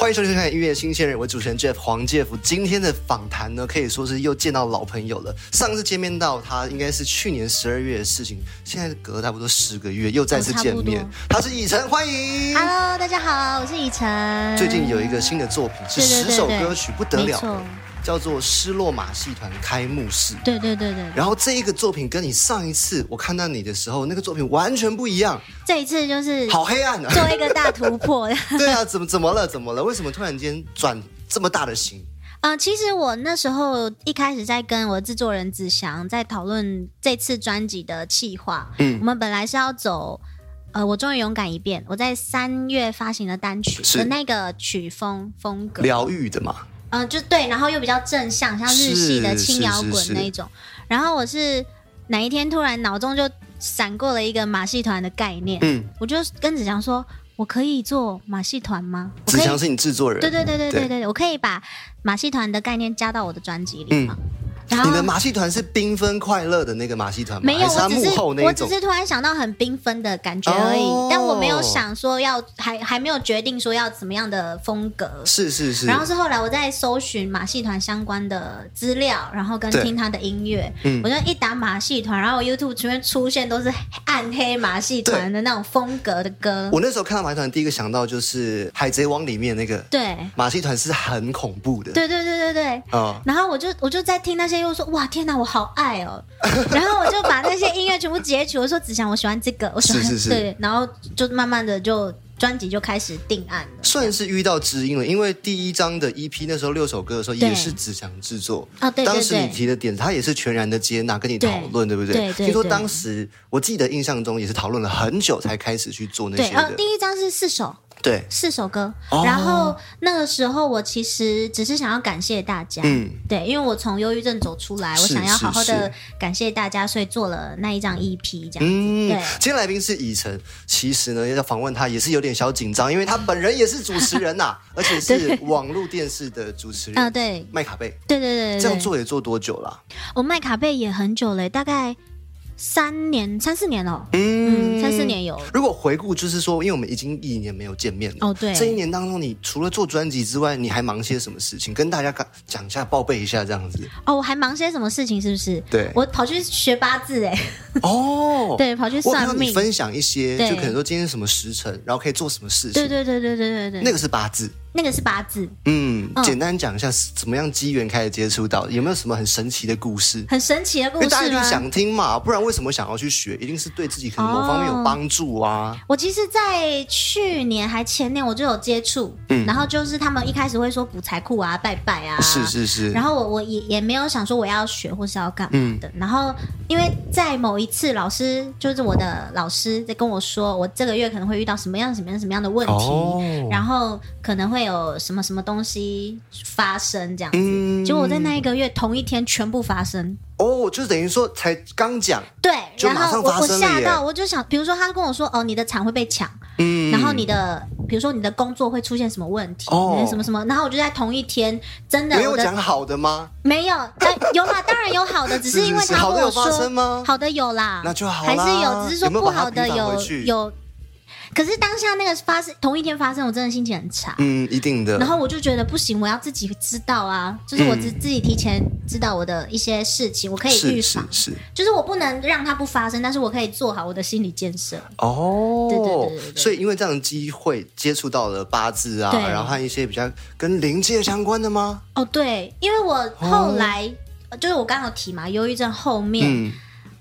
欢迎收听《看音乐新鲜人》，我是主持人 Jeff 黄介福。今天的访谈呢，可以说是又见到老朋友了。上次见面到他应该是去年十二月的事情，现在隔了差不多十个月又再次见面。哦他是以晨，欢迎。 Hello，大家好，我是以晨。最近有一个新的作品是对对十对首对歌曲，不得没了错了，叫做《失落马戏团开幕式》。对对对对，然后这一个作品跟你上一次我看到你的时候那个作品完全不一样，这一次就是好黑暗啊！ 做一个大突破。 对啊，怎么怎么了？怎么了？为什么突然间转这么大的型？嗯、其实我那时候一开始在跟我的制作人子祥在讨论这次专辑的企划，嗯我们本来是要走。呃，我终于勇敢一遍。我在三月发行的单曲是的那个曲风风格，疗愈的嘛，嗯、就对，然后又比较正向，像日系的是轻是摇是滚是那一种。然后我是哪一天突然脑中就闪过了一个马戏团的概念，嗯，我就跟子祥说，我可以做马戏团吗？我子可以强，是你制作人，对对对对对对对，我可以把马戏团的概念加到我的专辑里吗？然嗯你的后马戏团是缤纷快乐的那个马戏团吗？没有，还是他我只幕是后那我一只种？是突然想到很缤纷的感觉而已，哦但我没有想说要还还没有决定说要怎么样的风格。是是是，然后是后来我在搜寻马戏团相关的资料，然后跟对听他的音乐，嗯我就一打马戏团，然后我 YouTube 前面出现都是暗黑马戏团的那种风格的歌，我那时候看到马戏团，第一个想到就是《海贼王》里面那个对马戏团是很恐怖的，对对对对对，啊、然后我就我就在听那些，又说哇天哪，我好爱哦。 然后我就把那些音乐全部截取，我说子祥，我喜欢这个，我喜欢是是是对，然后就慢慢的就专辑就开始定案了。算是遇到知音了，因为第一张的 EP 那时候六首歌的时候对也是子强制作，哦，对当对时你对，提的点，他也是全然的接纳，跟你讨论，对不对？对对听说对当时我记得印象中也是讨论了很久才开始去做那对，些呃，的，第一张是四首对，四首歌，哦然后那个时候我其实只是想要感谢大家。嗯，对，因为我从忧郁症走出来，我是想要是好好的是感谢大家，所以做了那一张 EP 这样。嗯对，今天来宾是以晨，其实呢要访问他也是有点小紧张，因为他本人也是主持人呐、 而且是网络电视的主持人，啊、对，麦卡贝。对对对对对，这样做也做多久啦、我卖哦卡贝也很久了，大概三年、三四年了，嗯嗯，三四。年有了。如果回顾，就是说，因为我们已经一年没有见面了。哦对这一年当中，你除了做专辑之外，你还忙些什么事情？跟大家讲讲一下，报备一下这样子。哦，我还忙些什么事情？是不是？对我跑去学八字哎、哦，对，跑去我看到算你命，分享一些，对就可能说今天什么时辰，然后可以做什么事情。对对对对对对对，那个是八字。那个是八字，嗯，嗯简单讲一下是怎么样机缘开始接触到，有没有什么很神奇的故事？很神奇的因故为事啊大家一定吗？想听嘛，不然为什么想要去学？一定是对自己可能某方面有帮助啊。我其实，在去年还前年我就有接触，嗯哦然后就是他们一开始会说补财库啊、拜拜啊，是是是，然后我我也也没有想说我要学或是要干嘛嗯的。然后因为在某一次老师就是我的老师在跟我说，我这个月可能会遇到什么样什么样什么样的问题，哦然后可能会有什么什么东西发生这样子。嗯结果我在那一个月同一天全部发生，哦，就是等于说才刚讲，对，就然马后上我发我生了吓耶到，我就想，比如说他跟我说，哦，你的产会被抢，嗯，然后你的，比如说你的工作会出现什么问题，哦什么什么，然后我就在同一天，真的没我有的讲好的吗？没有，呃，有啦，当然有好的，只是因为是是是他好的跟我有说发生吗好的有啦，那就好啦还是有，只是说有没有不把它好的平反有回去有，可是当下那个发生同一天发生，我真的心情很差。嗯，一定的。然后我就觉得不行，我要自己知道啊，就是我自嗯自己提前知道我的一些事情，我可以是预是防，是，就是我不能让它不发生，但是我可以做好我的心理建设。哦，对对对对对所以因为这样的机会接触到了八字啊，对然后和一些比较跟灵界相关的吗？哦，对，因为我哦后来、呃就是我刚刚有提嘛，忧郁症后面，嗯，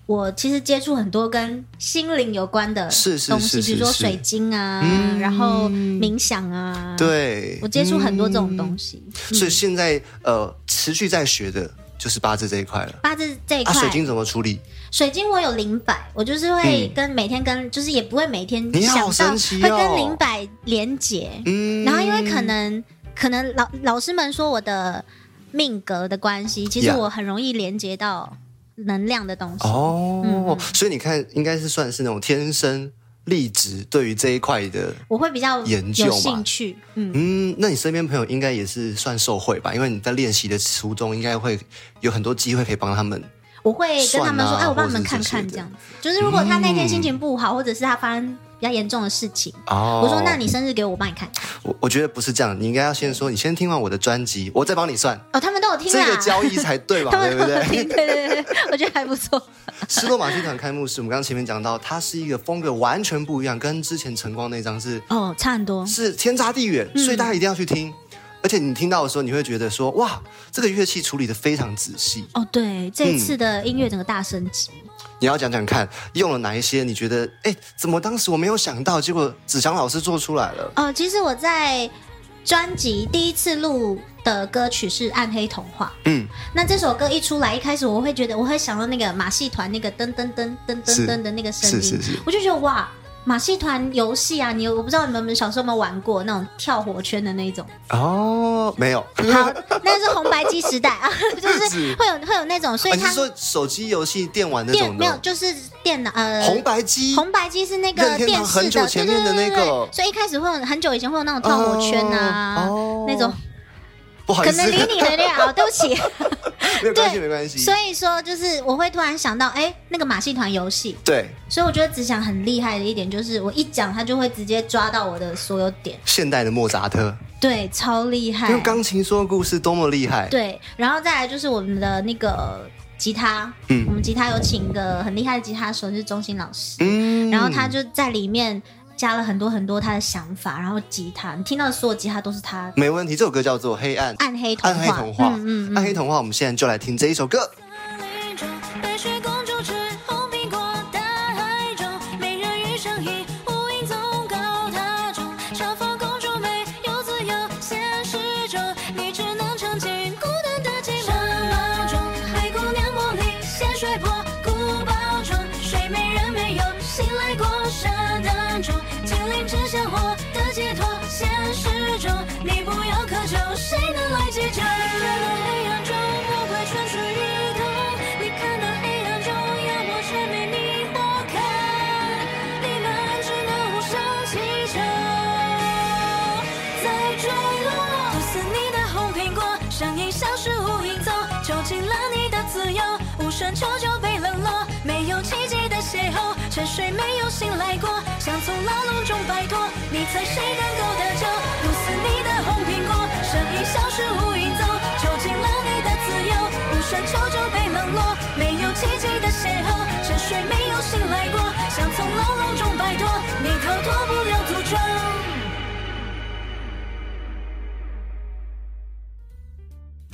我其实接触很多跟心灵有关的东西，是是是是比如说是水晶啊，嗯然后冥想啊，，对，我接触很多这种西。东西。嗯所以现在呃，持续在学的就是八字这一块了。八字这一啊，块，水晶怎么处理？水晶我有灵摆，我就是会嗯跟每天跟，就是也不会每天你想好到、神奇会哦跟灵摆连结，嗯然后因为可能可能老老师们说我的命格的关系，其实 Yeah 我很容易连接到能量的东西。哦，嗯所以你看，应该是算是那种天生丽质对于这一块的。我会比较研究嘛有兴趣，嗯，嗯，那你身边朋友应该也是算受惠吧？因为你在练习的途中，应该会有很多机会可以帮他们我会跟他们说，算啊哎、我帮你们或者看是这些看的嗯这样子。就是如果他那天心情不好，或者是他发生比较严重的事情，哦我说那你生日给我，我帮你看看。我我觉得不是这样，你应该要先说，你先听完我的专辑，我再帮你算哦，他们都有听这啦，个交易才对 吧？他对们不都有对？听，对啊对对对，我觉得还不错。斯洛马戏团开幕式，我们刚刚前面讲到，它是一个风格完全不一样，跟之前晨光那张是哦，差很多，是天差地远，嗯所以大家一定要去听。而且你听到的时候，你会觉得说，哇，这个乐器处理的非常仔细。哦，对，这一次嗯的音乐整个大升级，你要讲讲看，用了哪一些？你觉得，哎，怎么当时我没有想到，结果子祥老师做出来了。哦，其实我在专辑第一次录的歌曲是《暗黑童话》。嗯，那这首歌一出来，一开始我会觉得，我会想到那个马戏团那个噔噔噔噔噔是噔的那个声是音，是是，我就觉得哇，马戏团游戏啊，你我不知道你们有没有小时候有没有玩过那种跳火圈的那一种。 哦，没有。好，那是红白机时代 啊，就是是会有会有那种，所啊以你是它说手机游戏电玩那电种没有，的？就是电脑呃红白机。红白机是那个任天电堂视很的，久对前对面的对那对个对所以一开始会有很久以前会有那种跳火圈啊，哦那种，不好意可思能，离你很远啊，对 不起。没有关系，对没关系所。以说，就是我会突然想到，哎，那个马戏团游戏，对，所以我觉得子祥很厉害的一点就是，我一讲他就会直接抓到我的所有点，现代的莫扎特，对，超厉害。用钢琴说故事多么厉害。哎对，然后再来就是我们的那个吉他，嗯我们吉他有请一个很厉害的吉他手，就是钟欣老师，嗯然后他就在里面加了很多很多他的想法，然后吉他，你听到的所有吉他都是他没问题，这首歌叫做《黑暗暗黑童嗯暗话，黑童话》。嗯嗯暗黑嗯，童话，我们现在就来听这一首歌。林中，白雪公主吃红苹果，大海中美人鱼生于无影踪高塔中，小凤公主没有自由，现实中你只能尝尽孤单的寂寞。神话中灰姑娘茉莉鲜水波，古堡中睡美人没有醒来过，沙滩中精灵之向我的解脱，现实中你不要苛求，谁能来解救？黑暗中我会蠢蠢欲动，你看那黑暗中要我沉迷你我看，你们只能互相祈求。在坠落，不死你的红苹果，声音消失无影踪，囚禁了你的自由，无声求救被冷落，没有奇迹的邂逅，沉睡没有醒来过，想从牢笼中摆脱，你猜谁能够得救？不死你的红苹果，声音消失无影踪，囚禁了你的自由，无声求救被冷落，没有奇迹的邂逅，沉睡没有醒来过，想从牢笼中摆脱，你逃脱不了诅咒。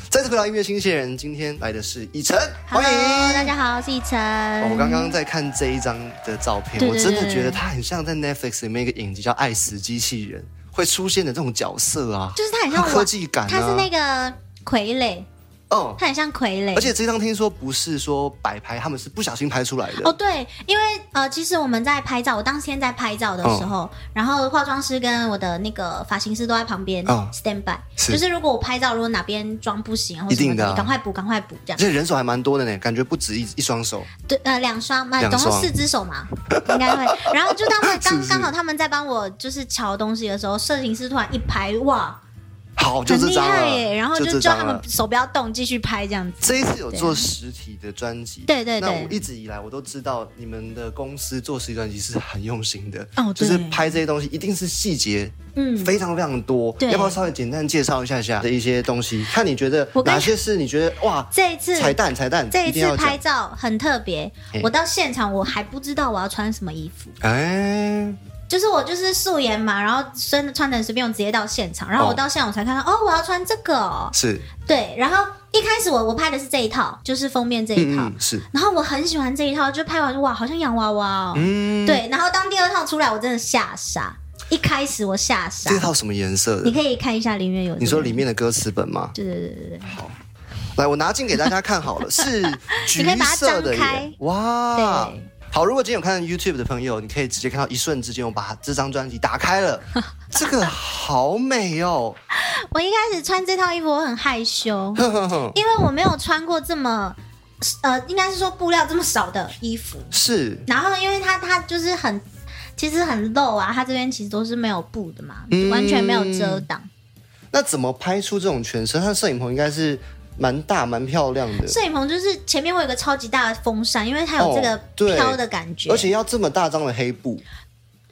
再次回到音乐新鲜人，今天来的是以晨，欢 Hello，迎大。家好，我是以晨。哇我刚刚在看这一张的照片，对对我真的对觉得他很像在 Netflix 里面一个影集叫《爱死机器人》会出现的这种角色啊，就是他很像很玩科技感啊他是那个傀儡，哦。他很像傀儡，而且这张听说不是说摆拍，他们是不小心拍出来的。哦，对，因为呃，其实我们在拍照，我当天在拍照的时候，哦然后化妆师跟我的那个发型师都在旁边、哦 stand by，是就是如果我拍照，如果哪边妆不行或一什么定的啊赶快补，赶快补这而 样。且人手还蛮多的呢，感觉不止一一双手。对，呃，两双嘛，两总共双四只手嘛，应该会。然后就他们 是刚是刚好他们在帮我就是瞧东西的时候，摄影师突然一拍，哇，好，就很这厉张害了耶！然后就这叫张他了们。手不要动，继续拍这样子。这一次有做实体的专辑，对对对那我一直以来我都知道，你们的公司做实体专辑是很用心的，哦就是对拍这些东西一定是细节嗯，非常非常多。对要不要稍微简单介绍一下下的一些东西？看你觉得我跟哪些是你觉得哇这一次彩蛋彩蛋，这一定要次讲拍照很特别嘿，我到现场我还不知道我要穿什么衣服，哎，就是我就是素颜嘛，然后穿穿的很随便，我直接到现场，然后哦我到现场我才看到哦，我要穿这个、哦，是对，然后一开始我我拍的是这一套，就是封面这一套，嗯嗯是然后我很喜欢这一套，就拍完就哇，好像洋娃娃哦，嗯，对，然后当第二套出来，我真的吓傻，一开始我吓傻这，套什么颜色你的？可以看一下里面有，你说里，面的歌词本吗？对对对对对，来，我拿近给大家看 好了，是橘你可以把它色张的开耶，哇对！好，如果今天有看 YouTube 的朋友，你可以直接看到一瞬之间，我把这张专辑打开 了，这个好美哦！ 我一开始穿这套衣服我很害羞，哼哼哼，因为我没有穿过这么，呃，应该是说布料这么少的衣服。是然后，因为它它就是很，其实很露啊，它这边其实都是没有布的嘛，嗯完全没有遮挡。那怎么拍出这种全身？它摄影棚应该是蛮大蛮漂亮的，摄影棚就是前面会有个超级大的风扇，因为它有这哦对个飘的感觉。而且要这么大张的黑布，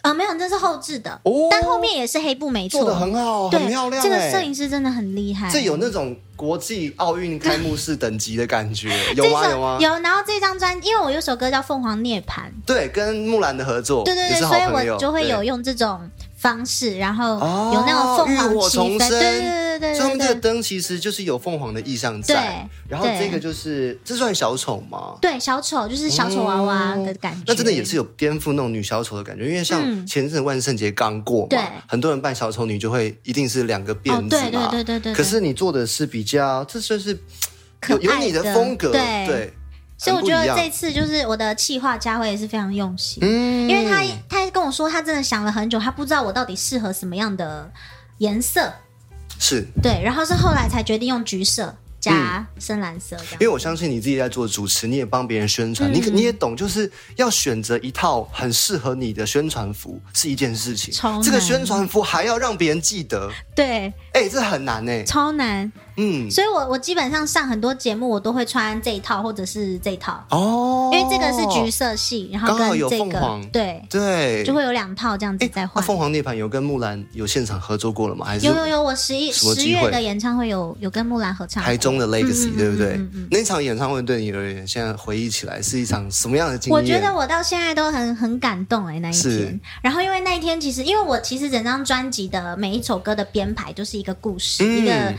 呃，没有，这是后置的，哦但后面也是黑布，没错，做的很好，对很漂亮、欸。这个摄影师真的很厉害，这有那种国际奥运开幕式等级的感 觉，这有吗？首有吗？有，然后这张专，因为我有首歌叫《凤凰涅槃》，对，跟木兰的合作，对对也是对，好所以朋友，我就会有对用这种方式，然后哦有那种凤浴火凰重气生，氛，对对对对所以他对们这个对对，灯其实就是有凤凰的意象在。对然后对这个就是这算小丑吗？对小丑就是小丑娃娃的感觉，哦那真的也是有颠覆那种女小丑的感觉，因为像嗯前阵子万圣节刚过嘛，对很多人扮小丑女就会一定是两个辫子嘛，哦对对对对对对可是你做的是比较，这算是有可有爱你的风格，对。对，所以我很不一觉得样这次就是我的企划佳慧也是非常用心，嗯因为他他跟我说他真的想了很久，他不知道我到底适合什么样的颜色，是对，然后是后来才决定用橘色加深蓝色这样。嗯因为我相信你自己在做主持，你也帮别人宣传，嗯你你也懂，就是要选择一套很适合你的宣传服是一件事情超，难这个宣传服还要让别人记得，对，哎、这很难哎、超难，嗯，所以我我基本上上很多节目，我都会穿这一套或者是这一套，哦，因为这个是橘，色系，然后刚好跟有这凤个凰对，哦对，就会有两套这样子哎，在那换。凤凰涅槃有跟木兰有现场合作过了吗？还是有有有，我十一什么十机会月的演唱会有有跟木兰合唱过，台中的 Legacy，、嗯嗯嗯对不对、嗯嗯嗯那场演唱会对你而言，现在回忆起来是一场什么样的经验？我觉得我到现在都很很感动哎、那一是天。然后因为那一天，其实因为我其实整张专辑的每一首歌的编排就是一个故事，嗯一个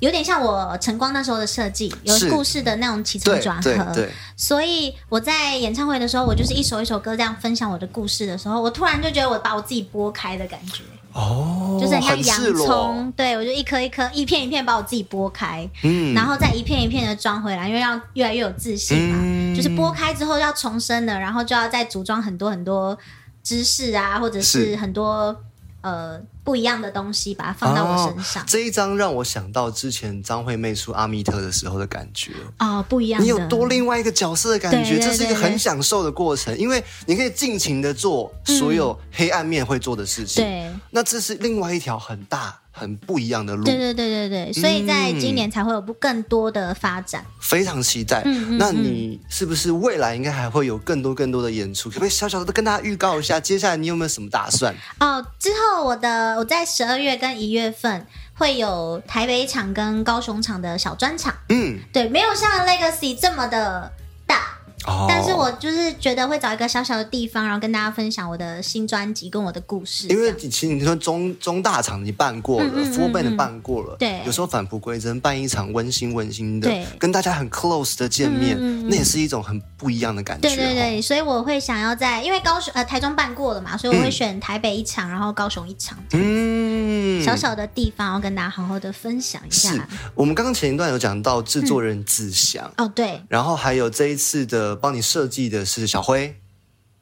有点像我晨光那时候的设计，有是故事的那种起承对转对合。对，所以我在演唱会的时候，我就是一首一首歌这样分享我的故事的时候，我突然就觉得我把我自己剥开的感觉，哦，就是很像很赤洋裸葱，对我就一颗一颗、一片一片把我自己剥开。嗯然后再一片一片的装回来，因为要越来越有自信嘛。嗯就是剥开之后要重生的，然后就要再组装很多很多知识啊，或者是是很多呃不一样的东西，把它放到我身上哦。这一张让我想到之前张惠妹出《阿密特》的时候的感觉。哦不一样的。你有多另外一个角色的感觉，对对这是一个对对很享受的过程，因为你可以尽情的做所有黑暗面会做的事情。嗯对那这是另外一条很大、很不一样的路。对对对对对，所以在嗯今年才会有不更多的发展。非常期待。嗯嗯那你是不是未来应该还会有更多更多的演出？可不可以小小的跟大家预告一下，接下来你有没有什么打算？哦，之后我的我在十二月跟一月份会有台北场跟高雄场的小专场，嗯，对，没有像 Legacy 这么的大，哦但是我就是觉得会找一个小小的地方，然后跟大家分享我的新专辑跟我的故事。因这为样你其实你说中中大场你办过了嗯嗯嗯 f o u r 嗯 b a n 办过了，对有时候返璞归真，办一场温馨温馨的对，跟大家很 close 的见面，嗯嗯嗯嗯那也是一种很不一样的感觉。对对哦，对，所以我会想要在，因为高雄呃台中办过了嘛，所以我会选台北一场，然后高雄一场，嗯小小的地方，然后跟大家好好的分享一是下。嗯我们刚刚前一段有讲到制作人子祥。哦，对，然后还有这一次的帮你设计的是小辉，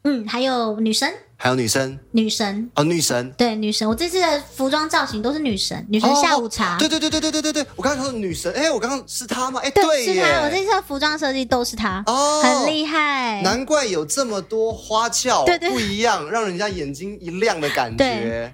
嗯，还有女神，还有女生女神，哦，女神对女神，我这次的服装造型都是女神，女神下午茶，哦对对对对对对对对，我刚刚说女神，哎，我刚刚是她吗？哎，对，是耶，她，我这次的服装设计都是她，哦很厉害，难怪有这么多花俏，哎对对不一样，让人家眼睛一亮的感觉对。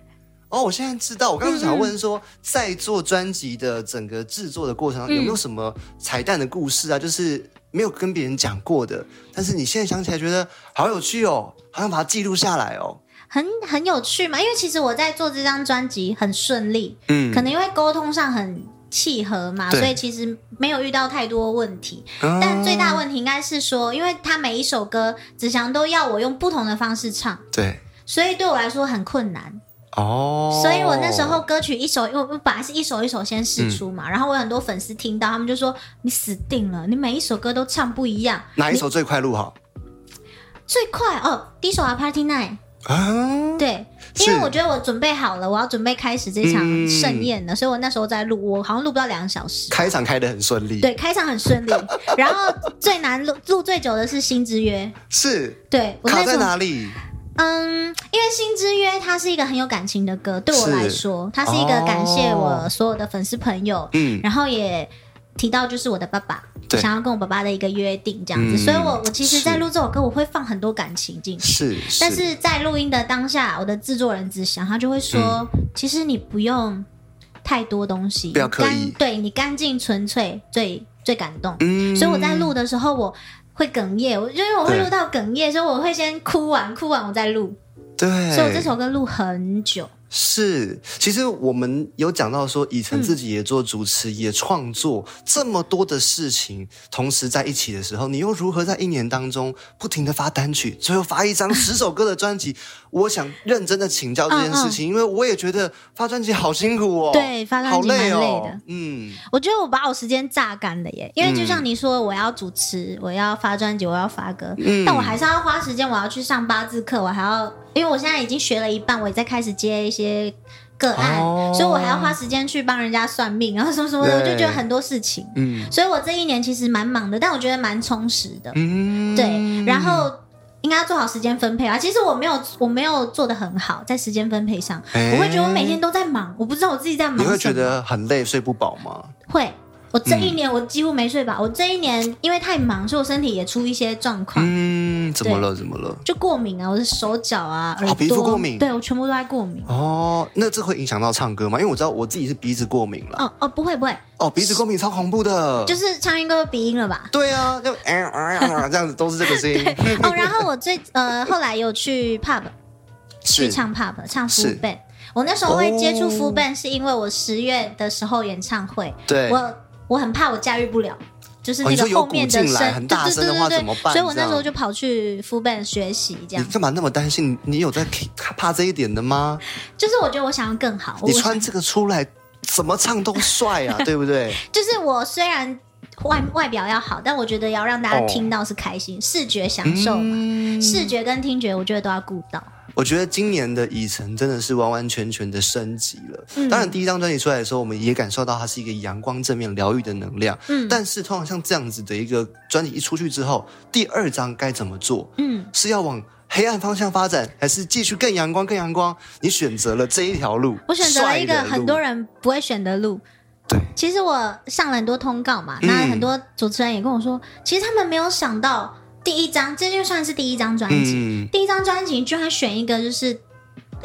哦，我现在知道，我刚刚想问说，在做专辑的整个制作的过程当嗯中，有没有什么彩蛋的故事啊？就是没有跟别人讲过的，但是你现在想起来觉得好有趣哦，好想把它记录下来哦。很很有趣嘛，因为其实我在做这张专辑很顺利，嗯可能因为沟通上很契合嘛，对所以其实没有遇到太多问题。啊但最大问题应该是说，因为他每一首歌子祥都要我用不同的方式唱，嗯对所以对我来说很困难。哦，嗯所以我那时候歌曲一首，因为我本来是一首一首先试出嘛，然后我有很多粉丝听到，他们就说你死定了，你每一首歌都唱不一样。哪一首最快录好最快哦，第一首啊 Party Night，啊？对，是嗯因为我觉得我准备好了，我要准备开始这场盛宴了，所以我那时候在录，我好像录不到两个小时。开场开的很顺利，对，开场很顺利， 然后最难录录最久的是《新之约》。是对我卡那在时候，哪里？嗯，因为《新之约》它是一个很有感情的歌，对我是来说，它是一个感谢哦我所有的粉丝朋友，嗯，然后也提到就是我的爸爸对想要跟我爸爸的一个约定这样子，嗯所以我我其实，在是录这首歌，我会放很多感情进去。是，但是在录音的当下，我的制作人只想，他就会说：“其实你不用太多东西，嗯不要刻意干对你干净纯粹最最感动。嗯所以我在录的时候我会哽咽，我因为我会对录到哽咽，所以我会先哭完，哭完我再录，对，所以我这首歌录很久。是，其实我们有讲到说，以嗯晨自己也做主持，也创作这么多的事情，同时在一起的时候，你又如何在一年当中不停的发单曲，最后发一张十首歌的专辑？ 我想认真的请教这件事情，因为我也觉得发专辑好辛苦哦，嗯对发专辑好累哦，蛮累的嗯，我觉得我把我时间榨干了耶，因为就像你说，我要主持，我要发专辑，我要发歌，嗯但我还是要花时间，我要去上八字课，我还要，因为我现在已经学了一半，我也在开始接一些个案，哦所以我还要花时间去帮人家算命，啊然后什么什么的，我对就觉得很多事情，嗯所以我这一年其实蛮忙的，但我觉得蛮充实的，嗯，对，然后。应该要做好时间分配啊！其实我没有，我没有做的很好，在时间分配上，哎我会觉得我每天都在忙，我不知道我自己在忙你什么。啊会觉得很累，睡不饱吗？会，我这嗯一年我几乎没睡饱。我这一年因为太忙，所以我身体也出一些状况，嗯，怎么了？怎么了？就过敏啊，我的手脚啊，耳朵、哦皮肤过敏对我全部都在过敏。哦，那这会影响到唱歌吗？因为我知道我自己是鼻子过敏了。哦哦，不会不会，哦，鼻子过敏超恐怖的，？就是唱应该会鼻音了吧对啊，就哎呀哎 呀这样子都是这个声音，哦，然后我最呃后来有去 pub 去是唱 pub 唱 f 是 u band，我那时候会接触哦 f u band 是因为我十月的时候演唱会，对，我我很怕我驾驭不了。就是哦那你个说有后面鼓的进来声，很对大对声对的话对怎么对，办所以我这那时候样就跑去 f u band 学习，这你样干嘛那么担心？你有在怕这一点的吗？就是我觉得我想要更好。我你穿这个出来怎么唱都帅 啊，对不对？就是我虽然外外表要好，但我觉得要让大家听到是开心，视觉享受嘛，嗯视觉跟听觉我觉得都要顾到。我觉得今年的以晨真的是完完全全的升级了。嗯当然，第一张专辑出来的时候，我们也感受到它是一个阳光、正面、疗愈的能量。嗯但是通常像这样子的一个专辑一出去之后，第二张该怎么做？嗯，是要往黑暗方向发展，还是继续更阳光、更阳光？你选择了这一条路，我选择了一个帅的路很多人不会选的路。对，其实我上了很多通告嘛，嗯那很多主持人也跟我说，其实他们没有想到第一张，这就算是第一张专辑，嗯，第一张专辑居然选一个就是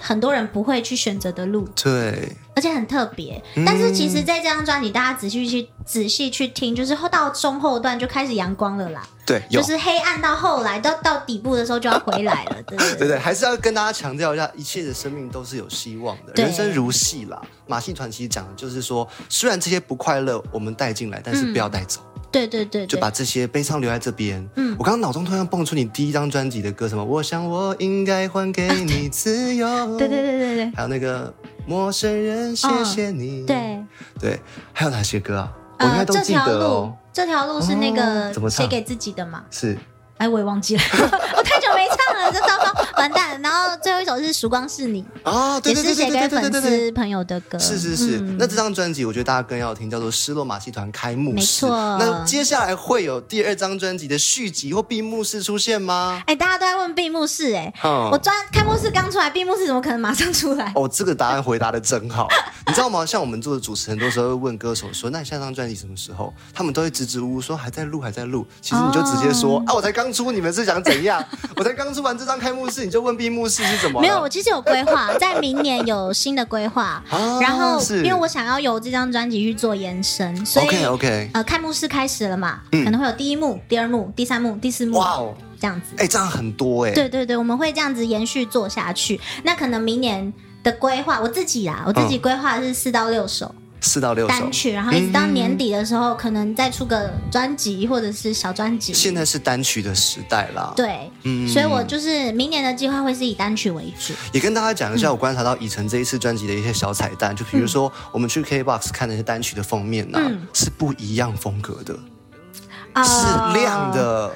很多人不会去选择的路。对，而且很特别嗯。但是其实，在这张专辑，大家仔细去仔细去听，就是后到中后段就开始阳光了啦，对，有，就是黑暗到后来到到底部的时候就要回来了， 对对对对。对，还是要跟大家强调一下，一切的生命都是有希望的，对人生如戏啦。马戏团其实讲的就是说，虽然这些不快乐我们带进来，但是不要带走，对对对就对把这些悲伤留在这边。嗯我刚刚脑中突然蹦出你第一张专辑的歌，什么？我想我应该还给你自由。 对对对对对还有那个陌生人，谢谢你。哦对。对，还有哪些歌啊？我应该呃，都这记条得路哦。这条路是那哦个怎么唱写给自己的嘛？是哎，我也忘记了， 我太久没唱了，这糟糕， 完蛋。然后最后一首是《曙光是你啊，》，对对也对是写对给对对粉对对对。丝朋友的歌。是是是，嗯那这张专辑我觉得大家更要听，叫做《失落马戏团开幕式》。没错那接下来会有第二张专辑的续集或闭幕式出现吗？哎，大家都在问闭幕式，哎，嗯我专开幕式刚出来，闭幕式怎么可能马上出来？哦，这个答案回答的真 好，你知道吗？像我们做的主持人，很多时候会问歌手说：“那你下张专辑什么时候？”他们都会支支吾吾说：“还在录，还在录。”其实你就直接说：“哦啊，我才刚出，你们是想怎样？我才刚出完这张开幕式，你就问闭幕式是怎么了？”没有，我其实有规划， 在明年有新的规划。啊然后，是因为我想要由这张专辑去做延伸，所以 OK OK，呃，开幕式开始了嘛，嗯可能会有第一幕、第二幕、第三幕、第四幕，哇哦，这样子。哎、这样很多哎、对对对，我们会这样子延续做下去。那可能明年的规划，我自己啦，我自己规划是四到六首四嗯到六首嗯单。曲，然后一直到年底的时候，可能再出个专辑或者是小专辑。现在是单曲的时代啦，，对，嗯所以我就是明年的计划会是以单曲为主。也跟大家讲一下，我观察到以晨这一次专辑的一些小彩蛋，就比如说我们去 KBox 看那些单曲的封面呐、啊嗯是不一样风格的，啊是亮的，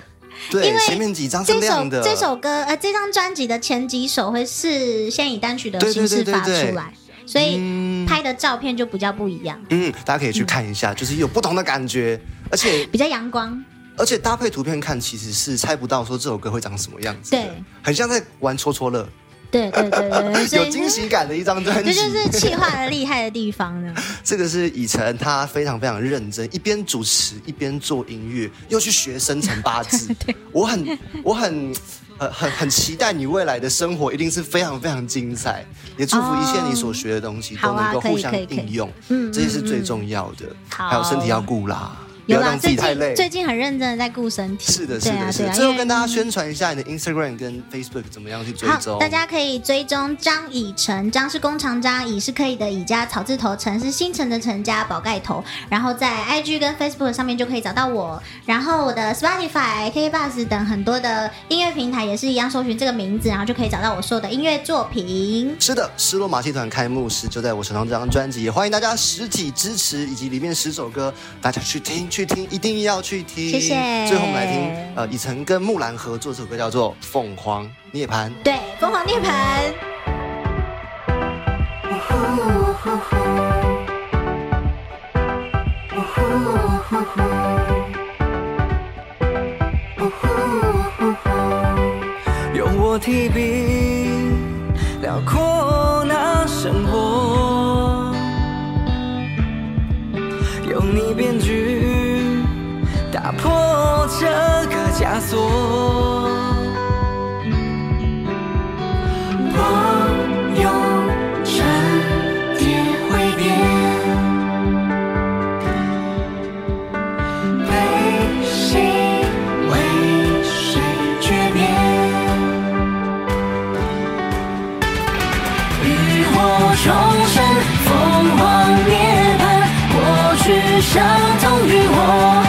因对为，前面几哦张是这亮首的，这首歌呃，这张专辑的前几首会是先以单曲的对对形对式对发出对来，所以嗯拍的照片就比较不一样，嗯，大家可以去看一嗯下，就是有不同的感觉，而且比较阳光。而且搭配图片看，其实是猜不到说这首歌会长什么样子的，对，很像在玩戳戳乐，对对对对，对 所有以惊喜感的一张专 这辑，就是气化的厉害的地方 呢。这个是以晨，他非常非常认真，一边 主持一边做音乐，又去学生辰八字。我很我很呃，很很期待你未来的生活一定是非常非常精彩，也祝福一切你所学的东西好都啊能够可以互相可以可以应用，嗯这些是最重要的。好还有身体要顾啦，不有要啦，让自己最太近累。最近很认真的在顾身体，是的，是对啊的，是对的。啊，最后因为跟大家宣传一下你的 Instagram 跟 Facebook 怎么样去追好，踪。大家可以追踪张以诚，张是工长张，以是可以的以加草字头，诚是星辰的诚加宝盖头，然后在 IG 跟 Facebook 上面就可以找到我，然后我的 Spotify、KK Bus 等很多的音乐平台也是一样搜寻这个名字，然后就可以找到我所有的音乐作品。是的，失落马戏团开幕时就在我手上这张专辑，也欢迎大家实体支持，以及里面十首歌，大家去听去听，一定要去听。谢谢最后我们来听，呃，以晨跟木兰合作这首歌叫做《凤凰涅槃》。对，疯狂涅槃。用我提笔辽阔那生活，用你编剧打破这个枷锁。光有沉淀灰点，悲喜为谁诀别？浴火重生，凤凰涅槃，过去伤痛与我哦